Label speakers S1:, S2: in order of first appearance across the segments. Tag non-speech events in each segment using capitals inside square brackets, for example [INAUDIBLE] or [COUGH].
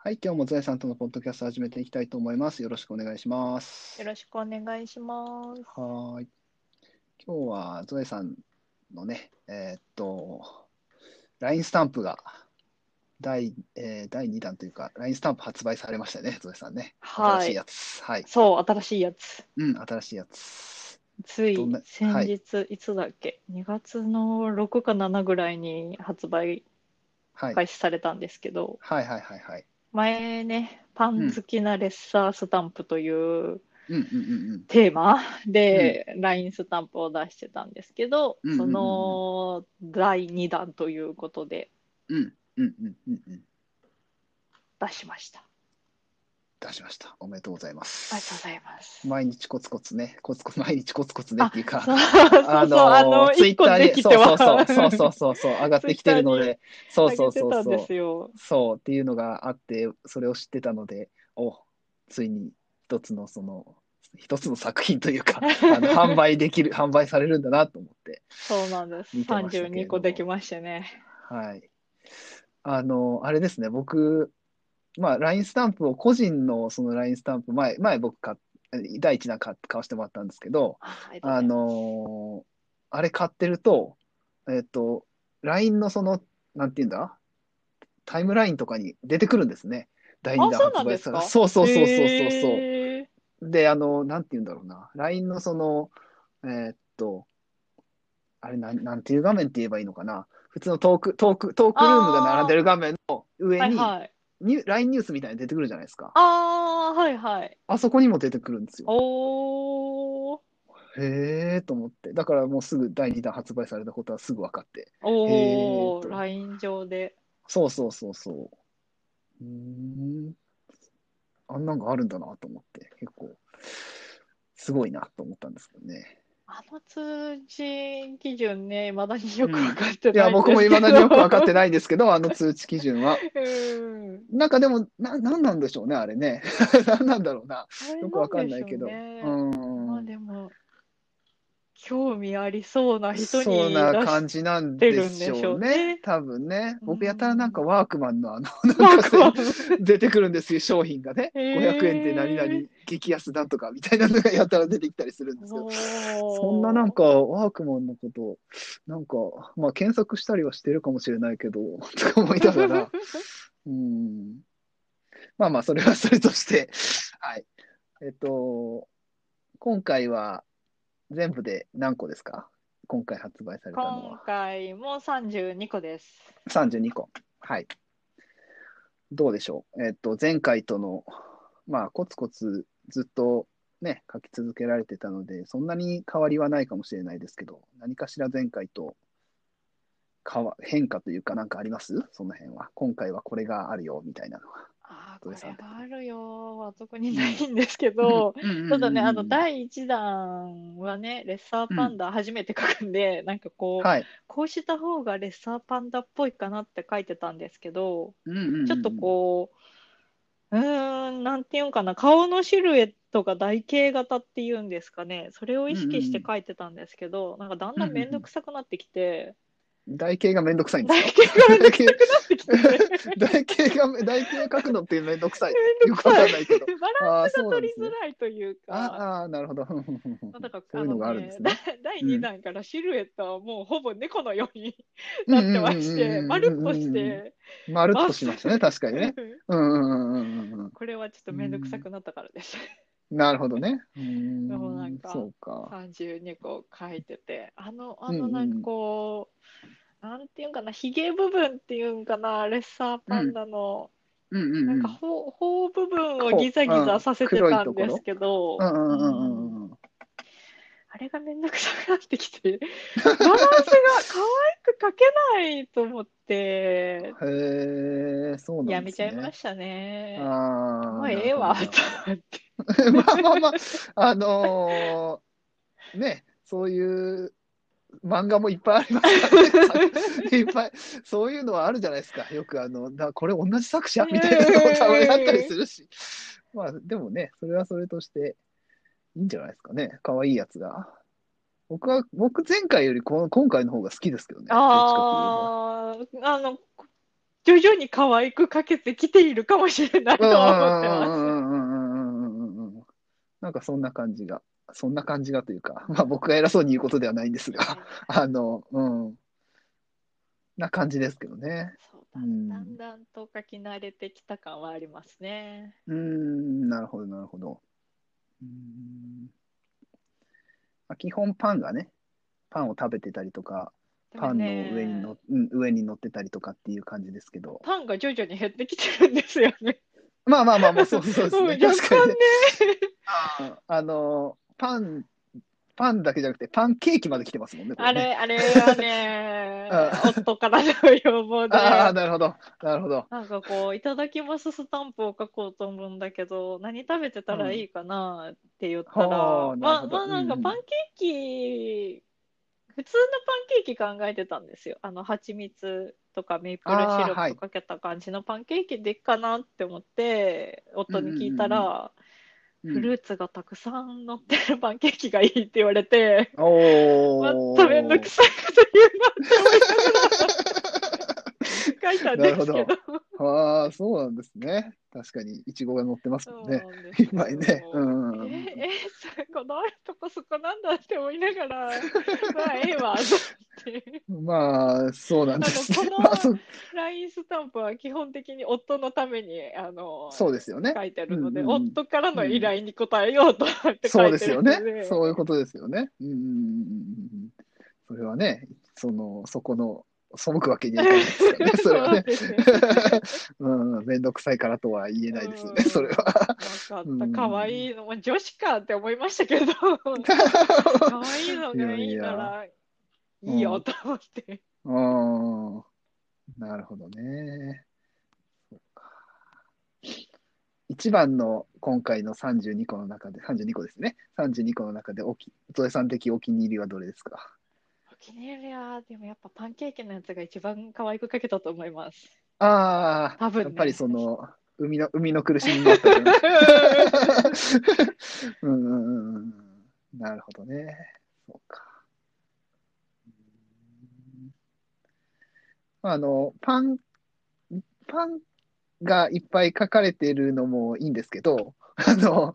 S1: はい、今日も財さんとのポッドキャスト始めていきたいと思います。よろしくお願いしま
S2: よ
S1: す。
S2: ろしくお願いします。
S1: はーい。今日はゾエさんのね、えーっと、LINE スタンプが第、えー第2弾というか、LINE スタンプ発売されましたね、ゾエさんね。新
S2: は
S1: しい
S2: い。
S1: やつ。はい。
S2: そう、新しいやつ。
S1: うん、新しいやつ。
S2: つ
S1: どん
S2: い
S1: な、は
S2: 先
S1: い。
S2: 日、いつだっけ ?2 月の6か7ぐらいに発売
S1: はい。
S2: 開始されたんですけど、
S1: はいはいはいはい。
S2: 前ね、パ
S1: う
S2: ン
S1: ん、
S2: 好きなレッサースタンプという
S1: うん、うん、うん、
S2: テーマ
S1: うん。
S2: で LINE スタンプを出してたんですけど、
S1: うん、う
S2: そ
S1: ん、うん、うん、
S2: の第2弾ということで
S1: うん、うん、うん、うんうんうん
S2: 出しました。
S1: 出しました。おめでとうございま
S2: ありがとうご
S1: す。
S2: ざいます。
S1: 毎日コツコツね、コツコツ、毎日コツコツねっ
S2: あ、
S1: ていうか、
S2: [LAUGHS] そう、
S1: あ
S2: そうそう、あ
S1: の
S2: の、
S1: ツイ
S2: 1
S1: ッ
S2: 個
S1: ター
S2: で
S1: で、
S2: き
S1: そ
S2: て
S1: うそう
S2: は
S1: そう、そうそうそう、そう、上がっ
S2: ツイ
S1: て
S2: ッ
S1: きて
S2: タ
S1: る
S2: ー
S1: の
S2: に
S1: で、そう
S2: あ
S1: そ
S2: [LAUGHS] げ
S1: う
S2: て
S1: そう
S2: たんで
S1: そ
S2: す
S1: う、
S2: よ。
S1: そうっていうのがあって、それを知ってたので、お、ついに一つのその、一つの作品という
S2: [LAUGHS]
S1: か、あの、販売できる、販売されるんだなと思って
S2: そうなんです。
S1: 見てまし
S2: 32
S1: たけれ
S2: 個
S1: ど
S2: でき
S1: も、
S2: ましてね。
S1: はい。あの、あれですね、僕、まあ、LINE スタンプを個人のその LINE スタンプ前、前僕買っ、第一弾買買わせてもらったんですけど、
S2: あ、ありがとうご
S1: あ
S2: ざいます。
S1: のーあれ買ってると、えっと、LINE のその、なんていうんだ、タイムラインとかに出てくるんですね。第
S2: あ、
S1: 2弾
S2: そう
S1: 発
S2: なん
S1: 売
S2: で
S1: さ
S2: す
S1: れ、
S2: か
S1: そうそうそうそうそうそ
S2: へえ。
S1: う。で、あの、なんていうんだろうな、LINE のその、えっと、あれなん、なんていう画面って言えばいいのかな。普通のトーク、トーク、トークルームが並んで
S2: あ
S1: る画面の上
S2: あ、はい
S1: に、
S2: はい。
S1: に、LINE ニュースみたいに出てくるじゃないですか。
S2: ああ、はいはい。
S1: あそこにも出てくるんですよ。
S2: おー、
S1: へえと思って。だからもうすぐ第2弾発売されたことはすぐ分かって。へえ
S2: おー、
S1: と。
S2: LINE 上で。
S1: そうそうそうそう。うーん。あんなんがあるんだなと思って、結構、すごいなと思ったんですけどね。
S2: あの通知基準ね、未だによ
S1: う
S2: くわ
S1: ん。
S2: かって
S1: いや、
S2: ないん
S1: 僕
S2: で
S1: も
S2: す
S1: 未
S2: け
S1: だに
S2: ど。
S1: よく分かってないんですけ [LAUGHS] ど、あの通知基準は。
S2: うん。
S1: なんかでも、な、なんなんでしょうね、あれね。 [LAUGHS] なんなんだろうな。
S2: あれ
S1: よく
S2: な
S1: 分
S2: ん
S1: かん
S2: で
S1: な
S2: し
S1: い
S2: ょ
S1: け
S2: う
S1: ど。う
S2: ね。まあ
S1: ーん。
S2: でも、興味ありそうな人
S1: そう
S2: に
S1: な
S2: 出し
S1: 感じなん
S2: て
S1: で
S2: るん
S1: し
S2: でし
S1: ょう
S2: ょう
S1: ね。
S2: ね。
S1: 多分ね。
S2: う
S1: 僕やたらなんか
S2: ん。
S1: ワークマンのあの、なんか
S2: ワーク
S1: そうい
S2: マ
S1: う、
S2: ン。
S1: 出てくるんですよ、商品がね。500円で何々、
S2: ええ
S1: 激安だとかみたいなのがやたら出てきたりする
S2: [LAUGHS]
S1: んですけど。そんななん
S2: おー、
S1: か、ワークマンのこと、なんか、まあ検索したりはしてるかもしれないけど、 [LAUGHS] とか思いなが
S2: [LAUGHS]
S1: ら、うん。まあまあ、それはそれとして、 [LAUGHS] はい。えっと、今回は全部で何個ですか今回発売されたの
S2: 今
S1: は。
S2: 回も32個です。
S1: 32個。はい。どうでしょう。えっと、前回との、まあ、コツコツずっとね、書き続けられてたので、そんなに変わりはないかもしれないですけど、何かしら前回と変わ、変化というか、なんかありますその辺は。今回はこれがあるよ、みたいなのは。
S2: ああ、
S1: 土井
S2: こ
S1: さん
S2: れ
S1: 的
S2: が
S1: に。
S2: あるよは特に
S1: う。
S2: なんいんですけ
S1: うん、
S2: ど、
S1: うん、
S2: [LAUGHS] た
S1: うん、
S2: だ
S1: う
S2: ね、あの、
S1: ん、
S2: 第1弾はね、レッサー
S1: う
S2: パン
S1: ん。
S2: ダ初めて書くんで、なんかこう、
S1: はい。
S2: こうした方がレッサーパンダっぽいかなって書いてたんですけど、
S1: うん、うん、
S2: ちょっ
S1: う
S2: と
S1: ん、
S2: こう、うーん、なんていうんかな、顔のシルエットが台形型っていうんですかね、それを
S1: う
S2: 意
S1: ん、うん、
S2: 識し
S1: う
S2: て
S1: ん。
S2: 書いてたんですけど、なんかだん
S1: うん、
S2: だ
S1: うん
S2: めん
S1: ん、う
S2: ど
S1: ん。
S2: くさくなってきて、
S1: 台形がめんどくさいんです
S2: 台
S1: か
S2: 形がめんど
S1: 台
S2: く
S1: 形、
S2: さくなってきて、
S1: [LAUGHS]
S2: [LAUGHS]
S1: 台形がめ、台形書くのってめんどくさいの
S2: めんど
S1: よ
S2: く
S1: くわ
S2: さ
S1: か
S2: い。
S1: んない
S2: [LAUGHS]
S1: けど。
S2: バラン
S1: ああ、
S2: スが
S1: そうなん
S2: 取
S1: で
S2: り
S1: す
S2: づ
S1: ね。
S2: らいというか、
S1: ああ、なるほど。ふんふんふんふん
S2: まあだから、
S1: [LAUGHS] そうい
S2: あ
S1: うの
S2: の
S1: があるんで
S2: ね、
S1: す
S2: だ
S1: ね。
S2: 第
S1: うん。
S2: 2弾からシルエットはもうほぼ猫のように
S1: う
S2: なんっ
S1: う
S2: てま
S1: んう
S2: し
S1: ん
S2: て、まるっ
S1: うん
S2: と
S1: う
S2: し
S1: んうん。
S2: て、
S1: まるっ
S2: まっ
S1: とし
S2: す
S1: ま
S2: [LAUGHS]
S1: したね、確かにね。
S2: ぐ。
S1: うんうんうんうん
S2: これはちょっ
S1: う
S2: とめんどくさ
S1: ん。
S2: くなったからです。
S1: うんなるほどね。う
S2: でもなん
S1: ん、そ
S2: か
S1: うか。
S2: 32個書いててあのあ
S1: う
S2: のなんか
S1: ん
S2: こうなんていうんかなひげ部分っていうんかなレッサー
S1: う
S2: パン
S1: ん。
S2: ダの
S1: うんうん
S2: なん
S1: う
S2: か
S1: ん。
S2: 頬頬部分をギ
S1: こ
S2: ザ
S1: う、
S2: ギ
S1: う
S2: ザ
S1: ん。
S2: させて
S1: 黒い
S2: た
S1: と
S2: ん
S1: こ
S2: です
S1: ろ。
S2: け
S1: う
S2: ど
S1: んう
S2: うん
S1: うん
S2: ん
S1: うんうん。
S2: あれがめんどくさくなってきてバランスが可愛く書けないと思って
S1: へえ、そうな
S2: や
S1: んで
S2: めち
S1: す
S2: ゃいま
S1: ね。
S2: したね
S1: あ
S2: も
S1: あ、
S2: う
S1: な
S2: え
S1: る
S2: え
S1: ほど、
S2: わ
S1: な
S2: と
S1: るほど。 [LAUGHS]
S2: 思って
S1: まあまあまあ、あのーね、そういう漫画もいっぱいありますからね。作いっぱい、そういうのはあるじゃないですか。よくあの、だ、これ同じ作者みたいなのもたまにあったりするし。まあ、でもね、それはそれとしていいんじゃないですかね。可愛いやつが。僕は、僕前回よりこの、今回の方が好きですけどね。どっちかといえば。
S2: ああーあの徐々に可愛く描けてきているかもしれないとは思ってます。
S1: ます。なんかそんな感じが、そんな感じがというか、まあ僕が偉そうに言うことではないんですが、あの、うん、な感じですけどね。
S2: そう
S1: う
S2: だ
S1: ん、
S2: だんだんと描き慣れてきた感はありますね。
S1: うんなるほど、なるほど。うんまあ、基本パンがね、パンを食べてたりとか、
S2: で
S1: パ
S2: も
S1: ンの
S2: ね
S1: 上にの、うん、上に乗ってたりとかっていう感じですけど、
S2: パンが徐々に減ってきてるんですよ [LAUGHS] ね。
S1: まあまあまあまあ、そうそう [LAUGHS] です
S2: う
S1: ね。
S2: ん若
S1: 確か
S2: 干
S1: にね。。
S2: ね
S1: ああの、パン、パンだけじゃなくて、パンケーキまで来てますもんね。こ
S2: あ
S1: れね
S2: れ、あれは
S1: [LAUGHS]
S2: ね
S1: あ、
S2: 夫からの要望で、
S1: ああ、なるほど。なるほど。
S2: なんかこう、いただきますスタンプを書こうと思うんだけど、何食べてたらいいかなって言った
S1: は
S2: ら、
S1: あな
S2: ま
S1: る
S2: あ、
S1: ほど
S2: まあなんか
S1: うんうん
S2: パンケーキ、普通のパンケーキ考えてたんですよ。あの、蜂蜜とかメープルシロ
S1: あーは
S2: ッ
S1: い
S2: プかけた感じのパンケーキでいいかなって思って、夫に聞いた
S1: うんう
S2: ら、
S1: うん
S2: フルーツがたくさん乗ってるパンケーキがいいって言われて、
S1: お
S2: ま
S1: ー
S2: ためんどくさいこと言うなって思
S1: [LAUGHS]
S2: いながら書いたんです
S1: な
S2: け
S1: るほ
S2: ど。
S1: ああ、そうなんですね。確かに、いちごが乗ってますもんね。
S2: そうなんです
S1: いっ
S2: よ
S1: ぱいね。うんうんうん。
S2: え、え、そこのあるとこそこなんだって思いながら、 [LAUGHS] まあ、ええわ、と思って。
S1: まあ、そうなんですね
S2: あの。この
S1: [LAUGHS] まあ、そ
S2: LINE スタンプは基本的に夫のために、あの、
S1: そうですよね。
S2: 書いてあるので、
S1: うんうんうん
S2: 夫からの依頼に応えようと思って書
S1: そう
S2: い
S1: で
S2: て
S1: す
S2: る
S1: よ
S2: ので、
S1: ね。そういうことですよね。うんうんうんうんうん。それはね、その、そこの、背くわけにはいかないです
S2: [LAUGHS]
S1: からね。それはね。
S2: そうなん
S1: [LAUGHS] うん、めんどくさいからとは言えないですよね、
S2: うん
S1: それは。 [LAUGHS]
S2: ですよわ
S1: うん
S2: かった、可愛いの、もう女子かって思いましたけ
S1: [LAUGHS]
S2: ど、可愛いのがいいなら、い
S1: や
S2: いよと思って。
S1: うん。なるほどね。そうか一番の今回の32個の中で、32個ですね。32個の中でおき、ゾエさん的お気に入りはどれですか
S2: お気に入りは、でもやっぱパンケーキのやつが一番可愛く描けたと思い
S1: [LAUGHS]
S2: ます。
S1: ああ、
S2: 多分ね
S1: やっぱりその、海の、海の苦しみもあったじゃない [LAUGHS] うんうんうんうん。なるほどね。そうか。うんあの、パン、パンがいっぱい書かれてるのもいいんですけど、あの、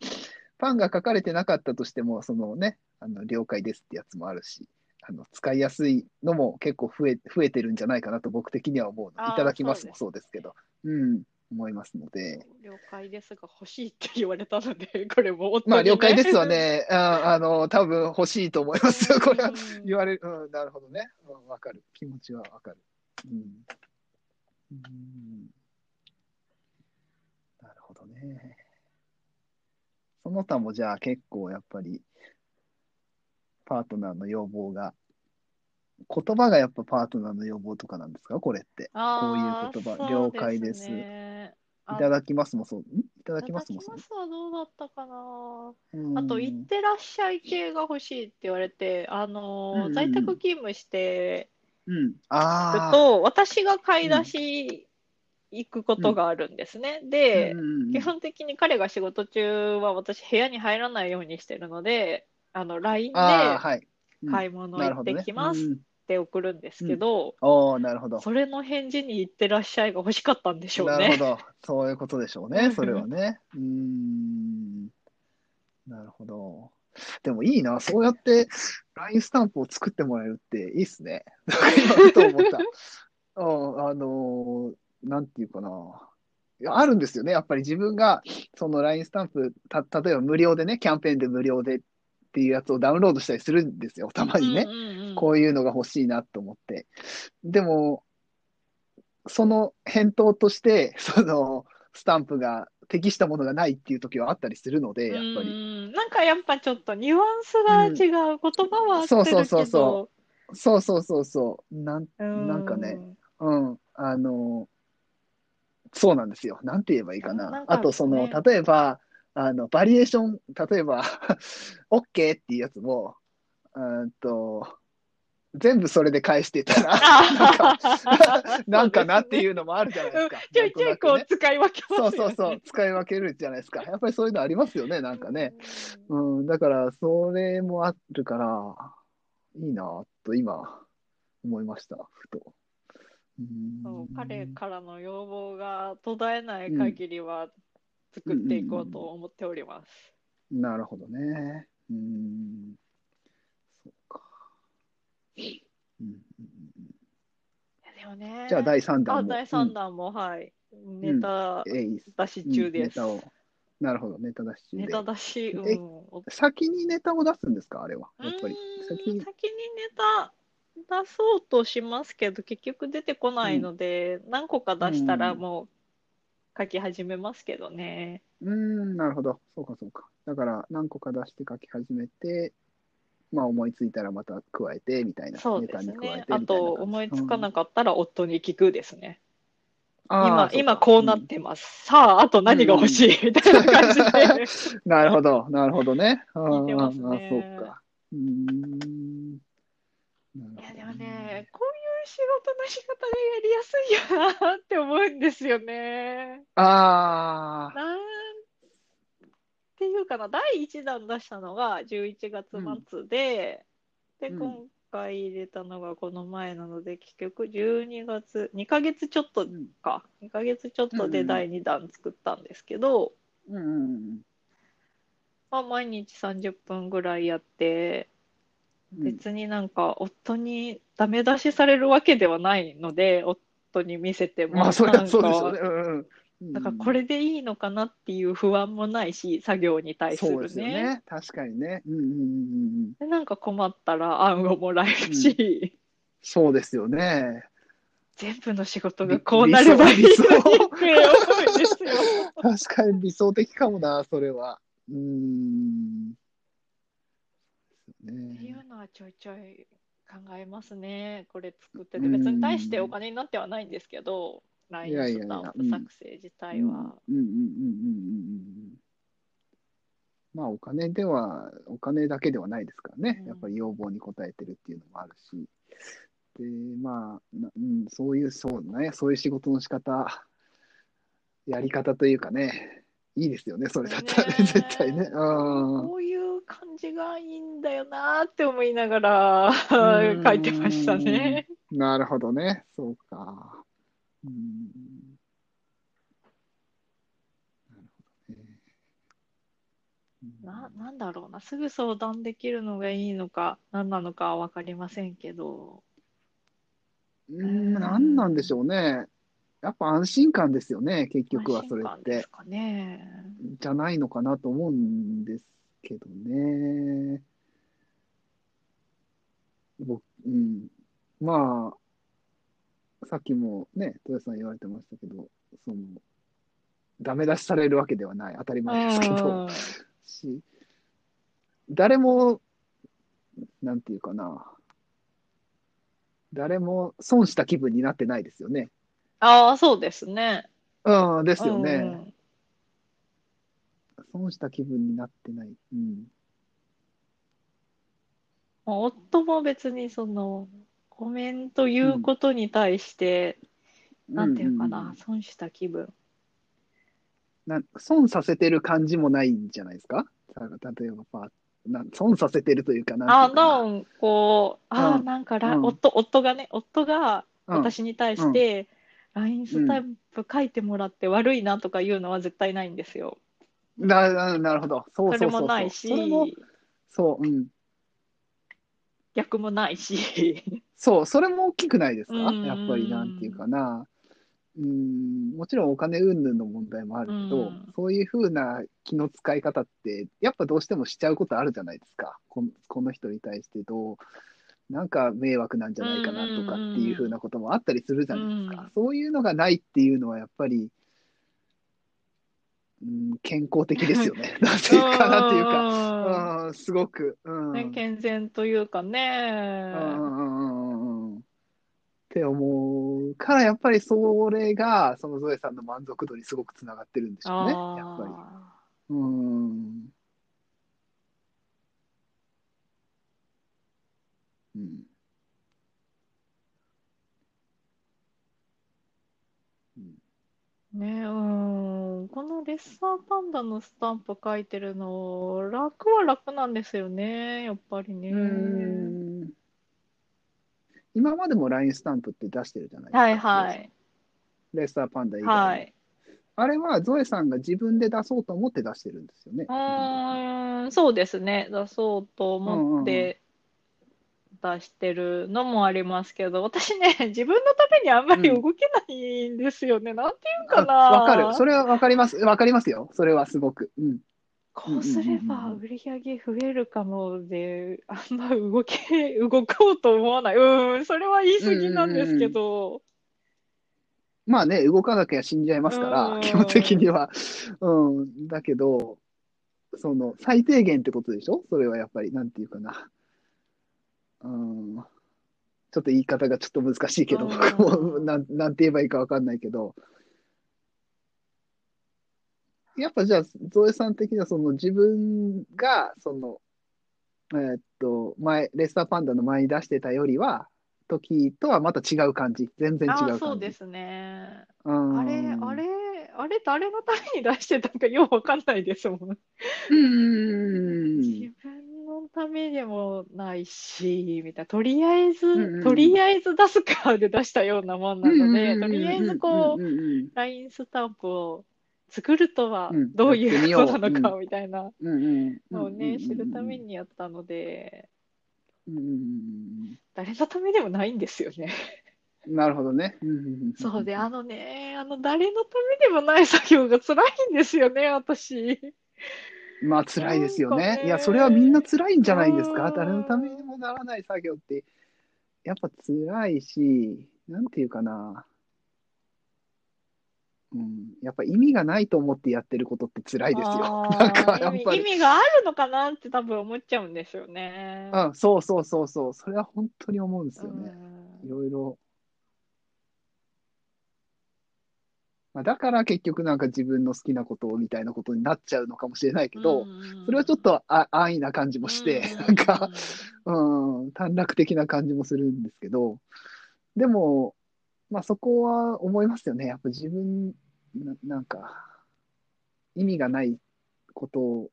S1: パンが書かれてなかったとしても、そのね、あの、了解ですってやつもあるし、あの、使いやすいのも結構増え、増えてるんじゃないかなと僕的には思うの。
S2: あー
S1: いただきますもそうですけど、うん、思いますので。
S2: 了解ですが欲しいって言われたので、これも夫に、
S1: まあ、了解ですわ。
S2: [LAUGHS]
S1: ね。ああの、多分欲しいと思いますよ。これは
S2: うんうん
S1: 言われる。うん、なるほどね。うん、わかる。気持ちはわかる。うん。うんなるほどね。その他もじゃあ結構やっぱり、パートナーの要望が、言葉がやっぱパートナーの要望とかなんですかこれって。
S2: あー
S1: こういう言葉
S2: そう
S1: 了解です
S2: ね
S1: い
S2: あ
S1: ただきますもそう。んいただ
S2: い
S1: き
S2: た
S1: ま
S2: だ
S1: す
S2: き
S1: もそ
S2: ま
S1: う。
S2: すはどうだったかな。
S1: うん
S2: あと、行ってらっしゃい系が欲しいって言われて、あのー
S1: うんうん
S2: 在宅勤務して
S1: うん。あ
S2: る
S1: あ。
S2: と、私が買い出し行くことがあるんですね。で、
S1: うんうんうん
S2: 基本的に彼が仕事中は私部屋に入らないようにしてるので、あの LINE で
S1: ああ、はい。うん
S2: 買い物
S1: なる
S2: 行
S1: ほ
S2: っ
S1: ど
S2: て
S1: ね
S2: きます
S1: う
S2: っ
S1: ん
S2: て送るんですけど、
S1: おおなるほど。
S2: それの返事に行ってらっしゃいが欲しかったんでしょう
S1: なるほ
S2: ね。
S1: ど。そういうことでしょうね、それはね。うーん。なるほど。でもいいな、そうやって LINE スタンプを作ってもらえるっていいっすね。なんか今ふと思った。 [LAUGHS] うん、あのーなんていうかな。いやあるんですよね。やっぱり自分が、その LINE スタンプ、た、例えば無料でね、キャンペーンで無料でっていうやつをダウンロードしたりするんですよ、たまにね。
S2: うんうんうん
S1: こういうのが欲しいなと思って。でも、その返答として、 [LAUGHS] そのスタンプが適したものがないっていう時はあったりするので、やっぱ
S2: う
S1: り。
S2: んなんかやっぱちょっとニュアンスが違う、言葉は合ってるけど、
S1: そうそうそうそそうそうそうそう。なん、
S2: うん
S1: なんかね、うん。あの、そうなんですよ。なんて言えばいいかな。
S2: なんか
S1: あと、その、
S2: ね
S1: 例えば、あの、バリエーション、例えば、OK [LAUGHS] っていうやつも、うーんと、全部それで返してた
S2: [LAUGHS]
S1: ら、なんか、なんかなって
S2: う。
S1: いうのもあるじゃないですか。
S2: [LAUGHS] ちょいちょいこ
S1: なん
S2: う
S1: と
S2: 使い分けま
S1: なくね
S2: す
S1: そうそ
S2: よ
S1: うそう
S2: ね。、
S1: 使い分けるじゃないですか。やっぱりそういうのありますよね、なんかね。
S2: うん。
S1: うん、だから、それもあるから、いいなぁと今、思いました、ふと。うん
S2: そう彼からの要望が途絶えない限りは作っていこうと思っております。
S1: なるほどね。うーん。そうか。うんうんうん
S2: いやでもね、
S1: じゃあ第3
S2: あ
S1: 弾も。
S2: 第3弾も、はい、ネタ
S1: うん。えいっす
S2: 出し中
S1: うん
S2: で
S1: ネ
S2: す。
S1: タを。なるほど、ネタ出し中で
S2: ネタ出し、うん、
S1: え
S2: お
S1: 先にネタを出すんですか、あれは。やっぱり
S2: う。ーん
S1: 先
S2: 先に
S1: に
S2: ネ。タ出そうとしますけど結局出てこないので、何個か出したら
S1: うん
S2: もう書き始めますけどね、
S1: うーん、なるほど。そうか、そうか。だから、何個か出して書き始めて、まあ、思いついたらまた加えて、みたいな。
S2: そう
S1: ネ
S2: で
S1: タ
S2: す
S1: に加えてみた
S2: ね
S1: いな感
S2: あ
S1: じ。
S2: と思いつか
S1: う
S2: なんかったら夫に聞くですね、
S1: あ
S2: 今
S1: ーそうか
S2: 今こうなってます、さああと何が欲しい、みたいな感じ
S1: [LAUGHS]
S2: で
S1: なるほど、なるほどね。あ
S2: 聞いてます
S1: あ、
S2: ね
S1: そうか。うーん。
S2: い
S1: な
S2: や
S1: る
S2: で
S1: ほ
S2: も
S1: ど
S2: ね。こういう仕事の仕方がやりやすいよなって思うんですよね
S1: ああ、
S2: なんていうかな、第1弾出したのが11月末で、で、
S1: うん
S2: 今回入れたのがこの前なので、結局12月、2ヶ月ちょっと
S1: うん
S2: か、2ヶ月ちょっと
S1: うんう
S2: で
S1: ん
S2: 第2弾作ったんですけど、
S1: うんうん
S2: まあ、毎日30分ぐらいやって、
S1: うんうん。
S2: 別になんか夫にダメ出しされるわけではないので、夫に見せても、
S1: まあ、そり
S2: な
S1: ゃ
S2: ん
S1: そうで
S2: か
S1: しょうね。うんうん。
S2: なんかこれでいいのかなっていう不安もないし、作業に対す
S1: そう
S2: る
S1: ですよ
S2: ね。
S1: ね。確かにね。うんうんうんうん。
S2: でなんか困ったら案をもらえるし、
S1: そうですよね。
S2: 全部の仕事がこうなればいいのにって思うん
S1: [LAUGHS]
S2: ですよ。
S1: 確かに理想的かもな、それは。うーん。
S2: ってい
S1: ね
S2: うのはちょいちょい考えますね。これ作ってて、別に対してお金になってはないんですけど、ライ
S1: いやい
S2: ン
S1: やいや
S2: スタンプ作成自
S1: う
S2: 体は。
S1: んうんうんうんうんうん。まあお金では、お金だけではないですからね
S2: う。ん
S1: やっぱり要望に応えてるっていうのもあるし。で、まあ、なうん、そういう、そうね、そういう仕事の仕方、やり方というかね、いいですよね、それだったらね、
S2: ねえ
S1: 絶対ね。うん。
S2: こういう感じがいいんだよなって思いながら
S1: ん
S2: 書いてましたね。
S1: なるほどね、そうか。うん。なるほどね。うん
S2: な、なんだろうな、すぐ相談できるのがいいのか、何なのかは分かりませんけど、
S1: うーん、なんなんでしょうね。やっぱ安心感ですよね、結局はそれっ
S2: 安心感で
S1: て
S2: す。かね。
S1: じゃないのかなと思うんですけどね。僕、うん。まあ、さっきもね、豊田さん言われてましたけど、その、ダメ出しされるわけではない、当たり前ですけど、し、誰も、なんていうかな、誰も損した気分になってないですよね。
S2: ああ、そうですね。
S1: うん、ですよ
S2: う
S1: ね。
S2: ん
S1: 損した気分になってない。うん。
S2: まあ夫も別にその、コメント言うことに対して、なんていうかな、損した気分。
S1: な損させてる感じもないんじゃないですかた例えばパーな損させてるというかな
S2: あ
S1: んていう
S2: な
S1: か
S2: おこう、ああ、
S1: うん
S2: なんから、
S1: うん
S2: 夫、夫がね、夫が
S1: なうん
S2: 私に対して、LINE スタンプ書いてもらって悪いなとか言うのは絶対ないんですよ。
S1: なななるほどそうそう
S2: それ
S1: そう
S2: も
S1: そう
S2: ないし
S1: そ、れもそううん
S2: 逆もないし。
S1: そうそれも大きくないですか
S2: うん
S1: やっぱりなんていうかなうんもちろんお金云々の問題もあるけ
S2: う
S1: ど
S2: ん
S1: そういうふうな気の使い方ってやっぱどうしてもしちゃうことあるじゃないですかこんこの人に対してどうなんか迷惑なんじゃないかなとかっていうふうなこともあったりするじゃないですか、
S2: うん
S1: そういうのがないっていうのはやっぱり、うん、健康的ですよ
S2: [LAUGHS]
S1: ねなんていうかなんていうか、
S2: うん
S1: うん、すごく、うん、
S2: ね、健全というかね、
S1: うんうんうんうんうんって思うから、やっぱりそれが、そのゾエさんの満足度にすごくつながってるんでしょうね、や
S2: あ
S1: っぱり。うん。うん。うん
S2: ーねうんこのレッサーパンダのスタンプ書いてるの楽は楽なんですよねやっぱりね
S1: うーん今までも LINE スタンプって出してるじゃないですか。
S2: はいはい。
S1: レッサーパンダ以外に
S2: はい。
S1: あれはゾエさんが自分で出そうと思って出してるんですよね。
S2: うーん、そうですね。出そうと思って出してるのもありますけど、私ね、 [LAUGHS] 自分のためにあんまり
S1: うん
S2: 動けないんですよね。なんていうかな。
S1: あわかる。それはわかります。わかりますよ。それはすごく。うん。
S2: こうすれ
S1: うんうん
S2: ば
S1: うんうん
S2: 売り上げ増えるかもで、あんま動け、 [LAUGHS] 動こうと思わない。うーん、それは言い過ぎなんですけど。
S1: まあね、動かなきゃ死んじゃいますか
S2: う
S1: ら
S2: ん、
S1: 基本的には。うん。だけど、その、最低限ってことでしょそれはやっぱり、なんていうかな。うん。ちょっと言い方がちょっと難しいけど、
S2: うん
S1: 僕もなん、なんて言えばいいかわかんないけど。やっぱじゃあ、ゾエさん的には、その自分が、その、えーっと、前、レッサーパンダの前に出してたよりは、時とはまた違う感じ。全然違う
S2: あ
S1: 感
S2: あ、
S1: じ。
S2: そうですね。
S1: うん
S2: あれ、あれ、あれ誰のために出してたのかよくわかんないですもん。
S1: うん
S2: 自分のためでもないし、みたいな。とりあえ
S1: んうんう
S2: ず、
S1: ん
S2: とりあえず出すかで出したようなもんなので、とりあえずこ
S1: う
S2: う、
S1: んうん
S2: LINE スタンプを作るとは
S1: うん
S2: どうい
S1: やってみ
S2: う
S1: よう
S2: ことなのか、みたいな
S1: うんうんうん
S2: のをね、知るため
S1: に
S2: にやったので、
S1: うんうんうん
S2: 誰のためでもないんですよね。
S1: うんなるほどねうんうんん
S2: そうで、あのね、あの、誰のためでもない作業が辛いんですよね、私。
S1: まあ辛いですよ
S2: なん
S1: ね
S2: かね
S1: いやそれはみんな辛いんじゃないですか
S2: うん
S1: 誰のためにもならない作業ってやっぱ辛いしなんていうかなうんやっぱ意味がないと思ってやってることって辛いですよ
S2: あー
S1: なんかやっぱ
S2: 意
S1: り
S2: 味意味があるのかなって多分思っちゃうんですよね。
S1: うんそうそうそうそうそれは本当に思うんですよね
S2: うん
S1: いろいろ。まあ、だから結局なんか自分の好きなことをみたいなことになっちゃうのかもしれないけど、それはちょっとあ安易な感じもして、なんか、、うん、短絡的な感じもするんですけど、でも、まあそこは思いますよね。やっぱ自分、ななんか、意味がないこと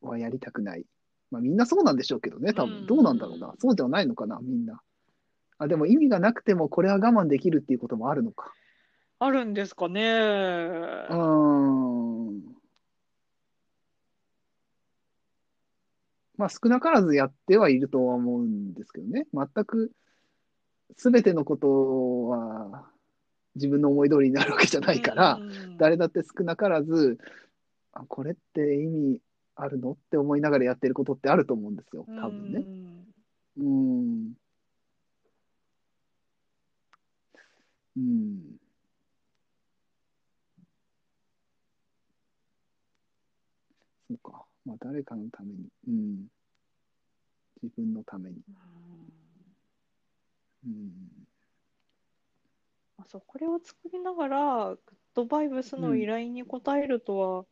S1: はやりたくない。まあみんなそうなんでしょうけどね、多
S2: う
S1: 分。
S2: ん
S1: どうなんだろうな。そうじゃないのかな、みんな。あ、でも意味がなくてもこれは我慢できるっていうこともあるのか。
S2: あるんですかね。
S1: うーん。まあ少なからずやってはいるとは思うんですけどね。全く全てのことは自分の思い通りになるわけじゃないから
S2: う、ん
S1: 誰だって少なからず、あ、これって意味あるのって思いながらやってることってあると思うんですよ、多分ね。
S2: うん
S1: うん。うん。そうか。まあ、誰かのために。うん。自分のために。うん。
S2: あそう、これを作りながら、グッドバイブスの依頼に応えるとは、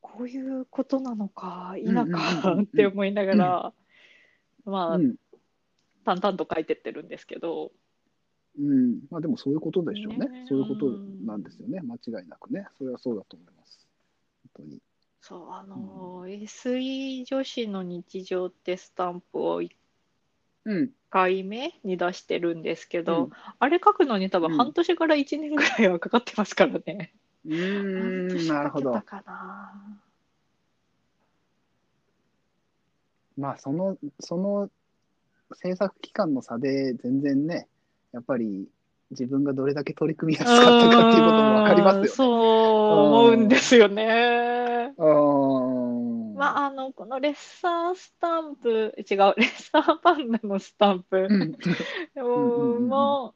S2: こういうことなのか、否
S1: うんうん
S2: か
S1: うんうん
S2: って思いながら、まあ
S1: う、ん。
S2: 淡々と書いてってるんですけど、
S1: うん。まあ、でもそういうことでしょうね。
S2: ね
S1: そういうことなんですよね。間違いなくね。それはそうだと思います。本当に。
S2: そう、あのー、SE 女子の日常ってスタンプを1
S1: うん。
S2: 回目に出してるんですけ
S1: う
S2: ど
S1: ん、
S2: あれ書くのに多
S1: うん
S2: 分半年から1年ぐらいはかかってますからね。
S1: うーん、なるほ
S2: 半年かけ
S1: ど
S2: た。かな。
S1: まあそのその制作期間の差で全然ねやっぱり自分がどれだけ取り組みやすかったかっていうことも分かりますよ
S2: うーん
S1: ね。
S2: そう思うんですよね。
S1: うーん
S2: まあ、あの、このレッサースタンプ、違う、レッサーパンダのスタンプ
S1: うんうんうん
S2: も、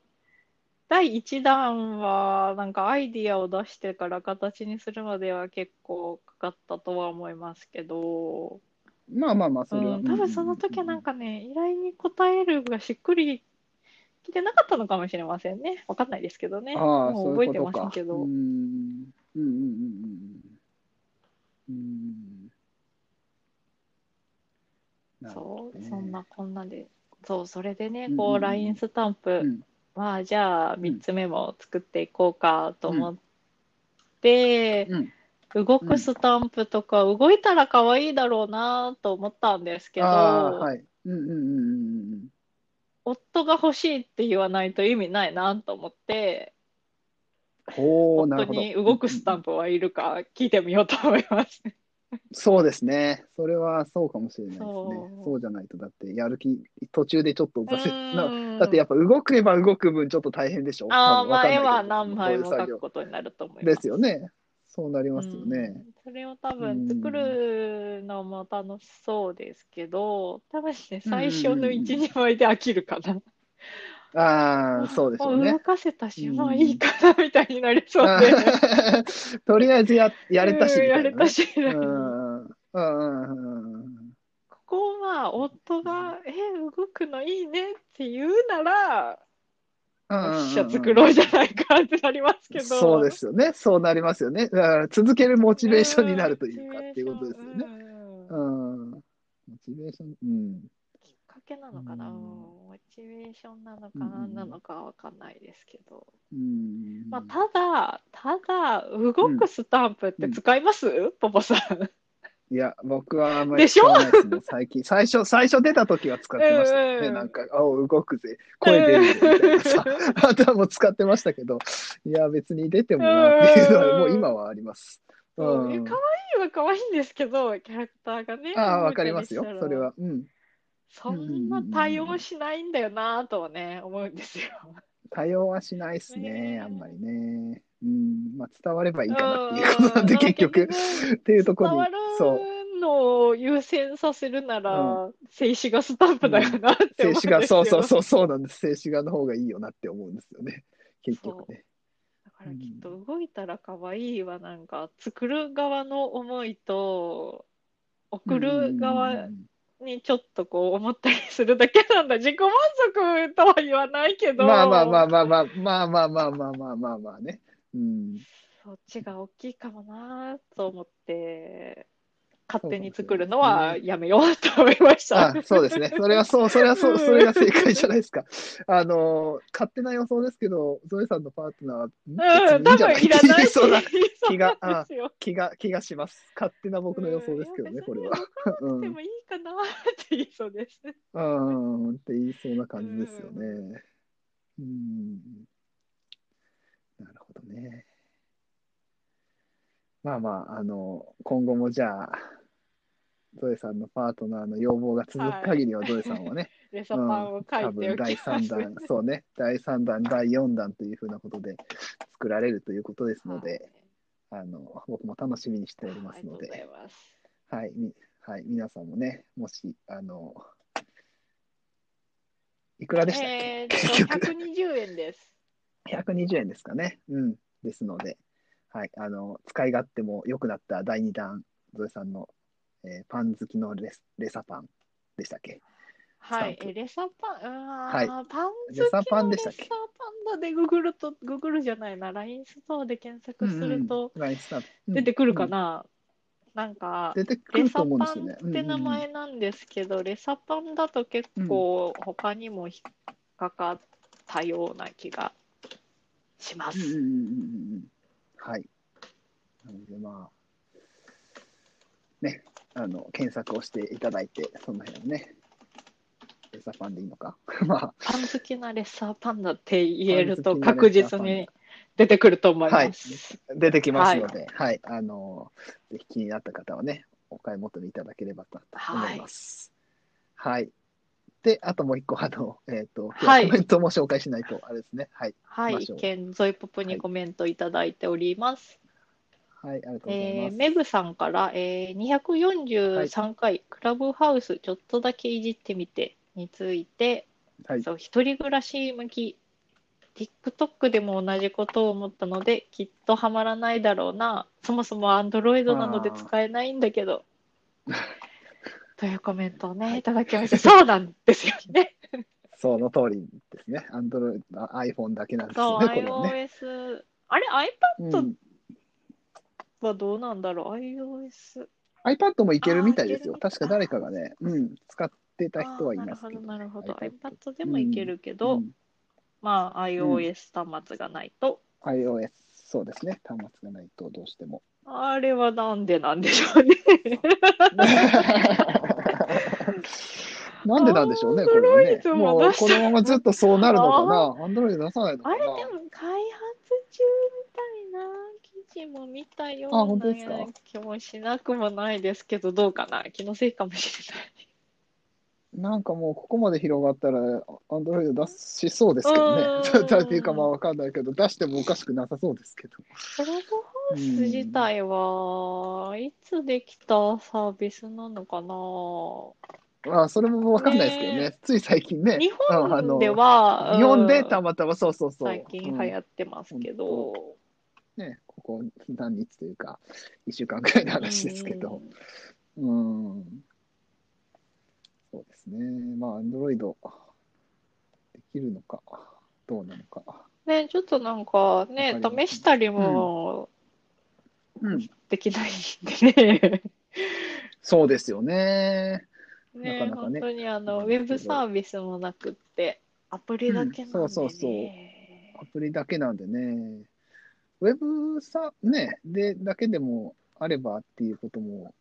S2: 第1弾は、なんかアイディアを出してから形にするまでは結構かかったとは思いますけど、
S1: まあまあまあそれは。
S2: うん、多分その時はなん
S1: か
S2: かね、依頼に応えるがしっくりきてなかったのかもしれませんね。わかんないですけどね。
S1: ああ
S2: もう
S1: そう
S2: 覚
S1: い
S2: え
S1: う
S2: て
S1: こ
S2: ま
S1: と
S2: せん
S1: か。
S2: けど。
S1: うーんうんうんうんうんうんなるほ
S2: そう、
S1: ね
S2: そんなこんなで、そう、それでね、
S1: うんうん
S2: こ
S1: う
S2: う、
S1: ん
S2: LINE スタンプ、
S1: うん
S2: まあ、じゃあ、3つ目も作っていこうかと思って、
S1: どうん
S2: 動くスタンプとか、動いたら可愛いだろうなと思ったんですけど、
S1: ああはいうんうんうんうんうん
S2: 夫が欲しいって言わないと意味ないなと思って、
S1: おーな
S2: 夫
S1: るほど。
S2: に動くスタンプはいるか聞いてみようと思います。
S1: そうですね。それはそうかもしれないですね。
S2: そ
S1: そううじゃないと、だって、やる気、途中でちょっと挫折な。だってやっ
S2: ぱ、
S1: ぱ動けば動く分ちょっと大変でしょ
S2: ああ、
S1: 多分
S2: ま
S1: わ
S2: あ、
S1: かんない
S2: 絵
S1: けどそ
S2: は何枚も
S1: ういう
S2: 描
S1: 作
S2: くことになると思い
S1: 業
S2: ま。
S1: ですすよね。そうなりますよね。
S2: うんそれを多分作るのも楽しそうですけど、多分ね、最初の1、
S1: うん
S2: 2枚で飽きるかな。
S1: ああ、そうですよ
S2: も
S1: ね
S2: 動。かせたし、まあいいかなみたいになりそうで。
S1: [LAUGHS] とりあえずややれたし
S2: うん
S1: みた
S2: や
S1: いなね、
S2: れたしみたいな
S1: うんうんうんうん
S2: ここは夫が「え動くのいいね」って言うなら「
S1: うん
S2: よっし
S1: う
S2: ゃ
S1: ん
S2: 作ろうじゃないか」ってなりますけど
S1: そうですよね。そうなりますよね。だから続けるモチベーションになるというか
S2: ん
S1: っていうことですよね。
S2: うん
S1: うん。モチベーション、うん。
S2: きっかけなのかな、
S1: うん
S2: モチベーションなのか
S1: うんうん
S2: な
S1: うん
S2: なのかわかんないですけど、
S1: うん。
S2: まあ、ただただ動くスタンプって使います、ポポさん
S1: いや、僕はあんま
S2: で
S1: り
S2: しょ
S1: 使わないですね、最近。最初、最初出た時は使ってました
S2: うん
S1: ね。
S2: うん
S1: なんか、あ、お動くぜ、声出るぜみたいなさ、あとはもう使ってましたけど、いや、別に出てもなっていうの
S2: うん
S1: は、もう今はあります。
S2: [LAUGHS] そう
S1: うん
S2: え可愛いは可愛いんですけどキャラクターがね
S1: ああ、わかりますよ
S2: 動いた、りした
S1: そ
S2: ら
S1: れは。うん。
S2: そんな対応しないんだよなとはね思うんですよ。
S1: 対応はしないです
S2: ねえ
S1: ね、あんまりね。うん、まあ、伝わればいいかなっていうことなんで、
S2: うん
S1: 結
S2: [LAUGHS]
S1: 局、っていうとこ
S2: 伝
S1: ろ
S2: わ
S1: に
S2: る、
S1: そう。
S2: のを優先させるなら、静止画スタンプだよなって思う
S1: 静
S2: んです
S1: 止
S2: よ。
S1: 画、そうそうそう、そうなんです。静止画の方がいいよなって思うんですよね。結局ね。
S2: だからきっと動いたら可愛いはなんか作る側の思いと送る側にちょっとこう思ったりするだけなんだ自己満足とは言わないけど
S1: まあまあまあまあまあまあまあまあまあまあまあまあね。うん。
S2: そっちが大きいかもなと思って勝手に作るのはやめようと思いました。
S1: あ、そうですね。それは
S2: [LAUGHS]
S1: そう、それはそうう、
S2: ん
S1: それが正解じゃないですか。あの、勝手な予想ですけど、ゾエさんのパートナーは、
S2: うん、
S1: 別に
S2: 多
S1: んじゃ
S2: 分いら
S1: って
S2: ない
S1: 言 [LAUGHS]
S2: し
S1: そうな
S2: 気
S1: 気があ
S2: ですよ。
S1: 気が、気がします。勝手な僕の予想ですけどね、
S2: うん
S1: これは。う
S2: で
S1: ん
S2: もいいかなって言いそうです。
S1: うん、って言いそうな感じですよね。うん。なるほどね。まあまあ、あの、今後もじゃあ、ゾエさんのパートナーの要望が続く限りは、
S2: はい
S1: ゾエさんはね、
S2: レサパンを
S1: 多
S2: 書い
S1: 分
S2: てお
S1: 第
S2: きま
S1: 3
S2: す。
S1: 弾、そうね、第3弾、第4弾というふうなことで作られるということですので、あの、僕も楽しみにしておりますので。
S2: はいありがとうございます。
S1: はい、みはい、皆さんもね、もし、あの、いくらでしたっけ、 [LAUGHS]
S2: えーっと、120円です。
S1: ?120 円ですかね。うん、ですので、はい、あの、使い勝手も良くなった第2弾、ゾエさんの、えーパン好きのレスレサパンでしたっけ
S2: はい
S1: ス、タンプ
S2: えレサパン、うわー
S1: はい
S2: パン好きの
S1: レサパンでしたっけ
S2: レサパンダでググると、ググるじゃないな、LINE ストアで検索すると
S1: うんうんラインスタンプ
S2: 出てくるか
S1: うん
S2: な。なんか、
S1: 出てく
S2: レ
S1: ると
S2: サ
S1: 思うんで
S2: パ
S1: すよ
S2: ン
S1: ね。
S2: って名前なんですけど、レサパンだと結構他にも引っかかったような気がしま
S1: うんうんうん
S2: す。
S1: うんうんうんはい。なのでまあ、ね、あの、検索をしていただいて、その辺をね、レサパンでいいのか [LAUGHS] ま
S2: パン好きなレッサーパンダって言えると
S1: パン好
S2: 確
S1: きなレッサーパ
S2: 実
S1: ンダ
S2: に出てくると思います。
S1: あ、出てきますので、はい、あの、ぜひ気になった方はね、お買い求めいただければと思います。はい。で、あともう一個、あの、えっ、と、
S2: はい
S1: コメントも紹介しないと、あれですね。はい。
S2: はい、
S1: 行きましょう
S2: 現在ポプにコメントいただいております。
S1: はい、ありがとうござい
S2: え
S1: ま
S2: ー
S1: す。
S2: メブさんから、えー243回、クラブハウスちょっとだけいじってみてについて、
S1: はい
S2: そう一人暮らし向き TikTok でも同じことを思ったのできっとハマらないだろうなそもそも Android なので使えないんだ
S1: [LAUGHS]
S2: けどというコメントをねいただきましたそうなんですよ
S1: [LAUGHS]
S2: ね
S1: その通りですね。アンドロイド、iPhone だけなんです
S2: そ
S1: よ
S2: う
S1: ね、これはね。
S2: iOS あれ
S1: う
S2: iPad
S1: ん
S2: はどうなんだろう iOS
S1: iPad もいけるみたいですよ
S2: あ。ーいけるみたい
S1: 確か誰かがね、うん、使ってた人はいますけど。
S2: あーなるほど、なるほど。iPad で
S1: で
S2: もいけるけど、まあ、
S1: ん
S2: iOS 端末がないと、
S1: iOS、そうですね。端末がないとどうして
S2: [LAUGHS]
S1: も。 [LAUGHS]
S2: あれはなんでなんでしょうね。
S1: なんでなんでしょうね、これね
S2: Android を。
S1: もう
S2: 出し
S1: このままずっとそうなるのかな。アンドロイド出さないのか
S2: あ
S1: な
S2: れで。も開発中みたいな記事も見たよ
S1: あ本当
S2: う
S1: ですか
S2: な気もしなくもないですけどどうかな気のせいかもしれない。
S1: なんかもうここまで広がったら、アンドロイド出しそうですけどね。
S2: う
S1: [LAUGHS]
S2: ん
S1: だっていうかまあわかんないけど、出してもおかしくなさそうですけど。
S2: コラボハウス自体はいつできたサービスなのかな
S1: まあそれもわかんないですけどね。
S2: ね
S1: つい最近ね。
S2: 日
S1: あの
S2: 本では
S1: 日本で
S2: うん
S1: たまたまそうそうそう。
S2: 最近流行ってますけど、
S1: うんね、ここ何日というか、1週間くらいの話ですけど。うん。そうですね。まあ、アンドロイドできるのか、どうなのか。
S2: ねちょっとなんかね
S1: わかりま
S2: 試
S1: す
S2: したりも
S1: うん、
S2: できないんでね。
S1: そうですよね。
S2: ね
S1: なかなかね
S2: 本当にあの
S1: うん
S2: ウェブサービスもなくってアプリだけなんで、ね
S1: うんそうそうそうアプリだけなんでね。ウェブさ、ね、で、だけでもあればっていうことも、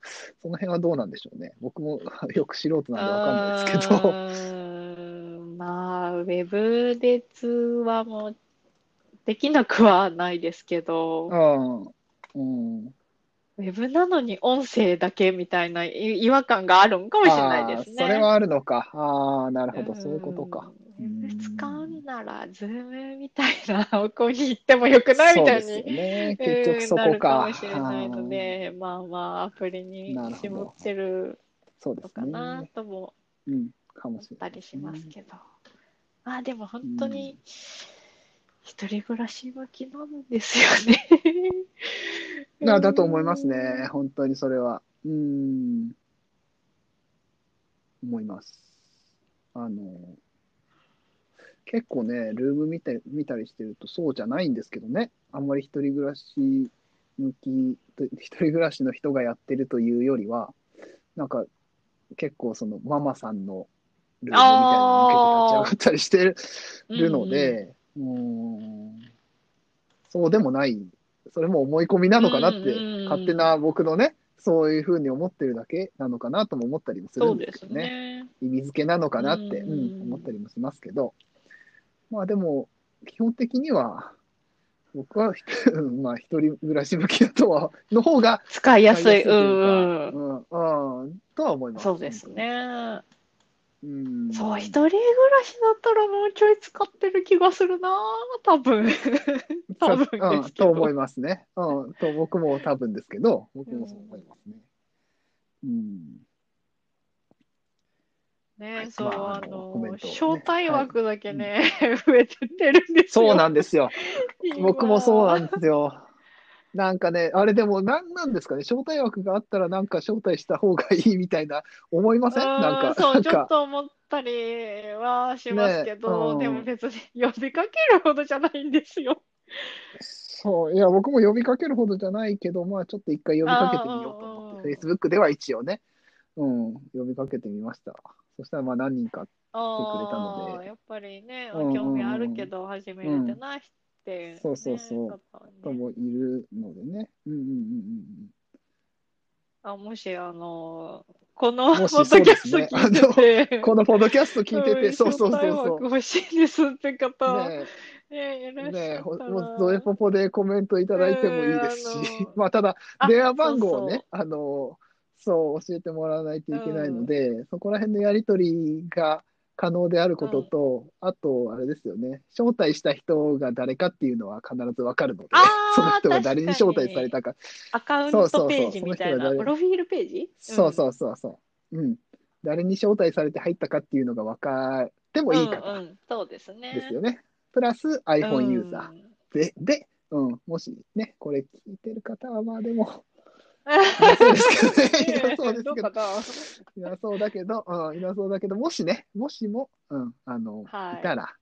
S1: その辺はどうなんでしょうね。僕も [LAUGHS] よく素人なんでわかんないですけど。
S2: うーんまあウェブで通話もできなくはないですけど
S1: ああ、うん。
S2: ウェブなのに音声だけみたいない違和感があるんかもしれないですね
S1: あーそれはあるのか。ああ、なるほど。
S2: ん
S1: そういうことか。
S2: ウェ
S1: うん
S2: ブ使うならズームみたいな方向に行ってもよくないみたい
S1: そうで
S2: に
S1: すよね。
S2: え
S1: 結局
S2: ー
S1: そこか。
S2: なるかもしれないので、まあまあ、アプリに
S1: なるほど
S2: 絞ってる
S1: あーそうで
S2: の
S1: す
S2: かな
S1: ね。
S2: とも
S1: うん。か
S2: 思
S1: も
S2: っ
S1: しれな
S2: た
S1: い。
S2: りしますけど、まあでも本当
S1: う
S2: に、一人暮らし向きなんですよね。
S1: なだと思い [LAUGHS] ますね。本当にそれは。うん。思います。あの、結構ね、ルーム見て見たりしてるとそうじゃないんですけどね。あんまり一人暮らし向き、と一人暮らしの人がやってるというよりは、なんか結構そのママさんのルームみたいなのに結構立ち上がったりしてる
S2: うん。
S1: るので、うーんそうでもない、それも思い込みなのかなって、
S2: うんうんうん
S1: 勝手な僕のね、そういうふうに思ってるだけなのかなとも思ったりもす
S2: そ
S1: る
S2: うんで
S1: ですけ
S2: す
S1: どね、
S2: ね。
S1: 意味付けなのかなって、
S2: うん
S1: うん思ったりもしますけど、まあでも、基本的には、僕は、 [LAUGHS] まあ、一人暮らし向きだとは、の方が、
S2: 使いやす
S1: 使いや
S2: い。
S1: すいと
S2: う
S1: い
S2: ん
S1: う
S2: うん。
S1: うん、うん、とは思います。
S2: そうですね。
S1: うん。
S2: そう、一人暮らしだったらもうちょい使ってる気がするな多分。多分
S1: う
S2: で
S1: ん、
S2: すけ
S1: と
S2: ど。
S1: 思いますね。うん、と僕も多分ですけど、僕もそう思いますね。うん。
S2: ね、そ
S1: ま
S2: う、
S1: あ
S2: あ
S1: あの
S2: の
S1: コメントをね
S2: 招待枠だけね、増えてってるんですよ。
S1: そうなんですよ。
S2: 今
S1: 僕もそうなんですよ。なんかね、あれでも何なんですかね、招待枠があったらなんか招待した方がいいみたいな思いません
S2: うん
S1: なんか、
S2: そう、
S1: なん
S2: ちょっ
S1: か、
S2: と思ったりはしますけど、
S1: ね
S2: で
S1: うん
S2: も別に呼びかけるほどじゃないんですよ。
S1: そう、いや、僕も呼びかけるほどじゃないけど、まあちょっと一回呼びかけてみようと思って、
S2: あー
S1: Facebook では一応ね、うん、呼びかけてみました。そしたらまあ何人か、れたので
S2: ああ、やっぱりね、
S1: うんうんうん
S2: 興味あるけど始めれてないって、ね
S1: そうそうそう
S2: 方はね
S1: 人もいるのでね。うんうんうんうん。
S2: あもし、あの、この
S1: もし
S2: ポッドキャスト
S1: そうですね
S2: 聞いて [LAUGHS] て、
S1: このポッドキャスト聞いて
S2: う
S1: て、
S2: ん
S1: そうそうそう
S2: 招待
S1: そ
S2: 枠欲しいですって方は
S1: う。ね
S2: ね、いら
S1: え、
S2: っし
S1: ね
S2: ゃ
S1: え、
S2: っ
S1: ほ
S2: た
S1: も
S2: ら
S1: うドエポポでコメントいただいてもいいですし
S2: うんあ
S1: [LAUGHS]
S2: の、
S1: まあただ、
S2: あ
S1: 電話番号をね、あの、そう、教えてもらわないといけないので、そこら辺のやりとりが可能であることと、あと、あれですよね、招待した人が誰かっていうのは必ずわかるので
S2: あ、ー
S1: その人が誰に招
S2: 確か
S1: 待
S2: に
S1: されたか、
S2: アカウン
S1: そうそうそ
S2: ト
S1: う
S2: ページみたい
S1: その人が
S2: な、
S1: 誰
S2: プロフィールページ
S1: そうそうそうそう、うん、誰に招待されて入ったかっていうのがわかっても
S2: うん
S1: いいか
S2: うんう、
S1: なん
S2: そうですね。
S1: ですよね。プラス iPhone ユーザー。
S2: うん
S1: で、で、うん、もしね、これ聞いてる方は、まあでも、いな [LAUGHS] そうですけどね、いなそうです
S2: どう
S1: け
S2: か
S1: ど、
S2: ない
S1: なそうだけど、うん、いなそうだけど、もしね、もしも、うん、あの、
S2: はい
S1: いたら、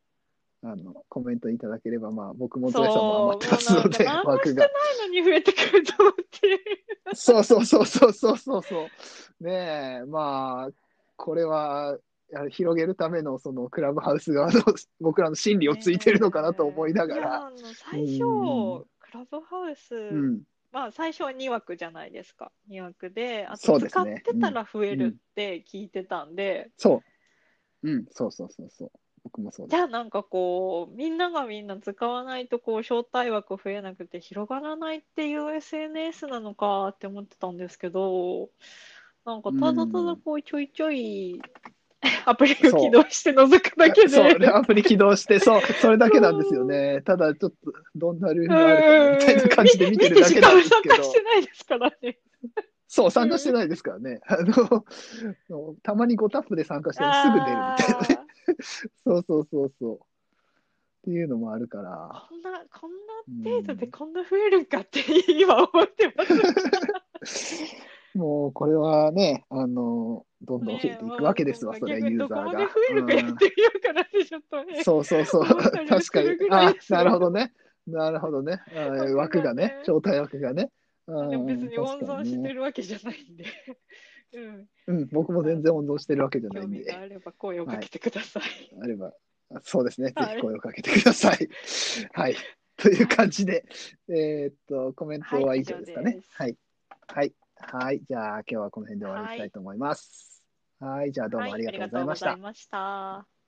S1: あの、コメントいただければ、まあ、僕もゾ
S2: そう
S1: エさんも余ってますので、
S2: もうなんか何も
S1: 枠
S2: して
S1: が。
S2: ないのに増えてくると思って。
S1: そうそうそうそうそうそうそう。ねえ、まあ、これは、あ広げるための、その、クラブハウス側の、僕らの心理をついてるのかなと思いなが
S2: い
S1: ら、
S2: やあの最初
S1: うん、
S2: クラブハウス、
S1: うん。
S2: まあ最初は2枠じゃないですか。2枠で、あ
S1: そ
S2: と
S1: うです
S2: 使っ
S1: ね
S2: てたら増えるって聞いてたんで、
S1: そう。うん、そうそうそうそう。僕もそう
S2: じ
S1: です。
S2: ゃあなんかこうみんながみんな使わないとこう招待枠増えなくて広がらないっていう SNS なのかって思ってたんですけどなんかただただこうちょいちょいアプリを起動して覗くだけ
S1: そう、
S2: で
S1: でアプリ起動して、そう、それだけなんですよね。ただ、ちょっと、どんなルールがあるかなみたいな感じで見てるだけなんですけ
S2: しかも参加
S1: ど
S2: し。てないですからね。
S1: そう、参加してないですからね。あの、たまに5タップで参加してもすぐ出るみたいなね。
S2: あー
S1: [LAUGHS] そうそうそうそう。っていうのもあるから。
S2: こんなこんな
S1: うん
S2: 程度でこんな増えるんかって今思ってます。
S1: もう、これはね、あの、どんどん増えていくわけですわ、
S2: ねえ
S1: それは
S2: まあ
S1: ユーザ
S2: どこ
S1: ー
S2: ま
S1: が
S2: で増えるかやっ。てみようかなってちょっと
S1: うん
S2: [LAUGHS] ね。
S1: そうそうそう。
S2: 思った
S1: 確
S2: りも
S1: か
S2: す
S1: に
S2: るぐ。らい
S1: あ
S2: で、すよ
S1: なるほどね。なるほどね。あー枠がね、招待枠がね。うん
S2: でも別に温存し
S1: 確かに
S2: て
S1: ね
S2: るわけじゃないんで、うん、
S1: うん、僕も全然温存してるわけじゃない
S2: 興
S1: ん
S2: 味
S1: で
S2: が。あれば声をかけてください。
S1: あれば、あそうですね、
S2: はい
S1: ぜひ声をかけてくだ
S2: [LAUGHS]
S1: さい。はい。という感じで、えーっと、コメントは以上ですかね。
S2: は
S1: はい。はい。はい。じゃあ、今日はこの辺で終わりにしたいと思います。はい。じゃあ、どうもありがとうございました。
S2: ありがとうございました。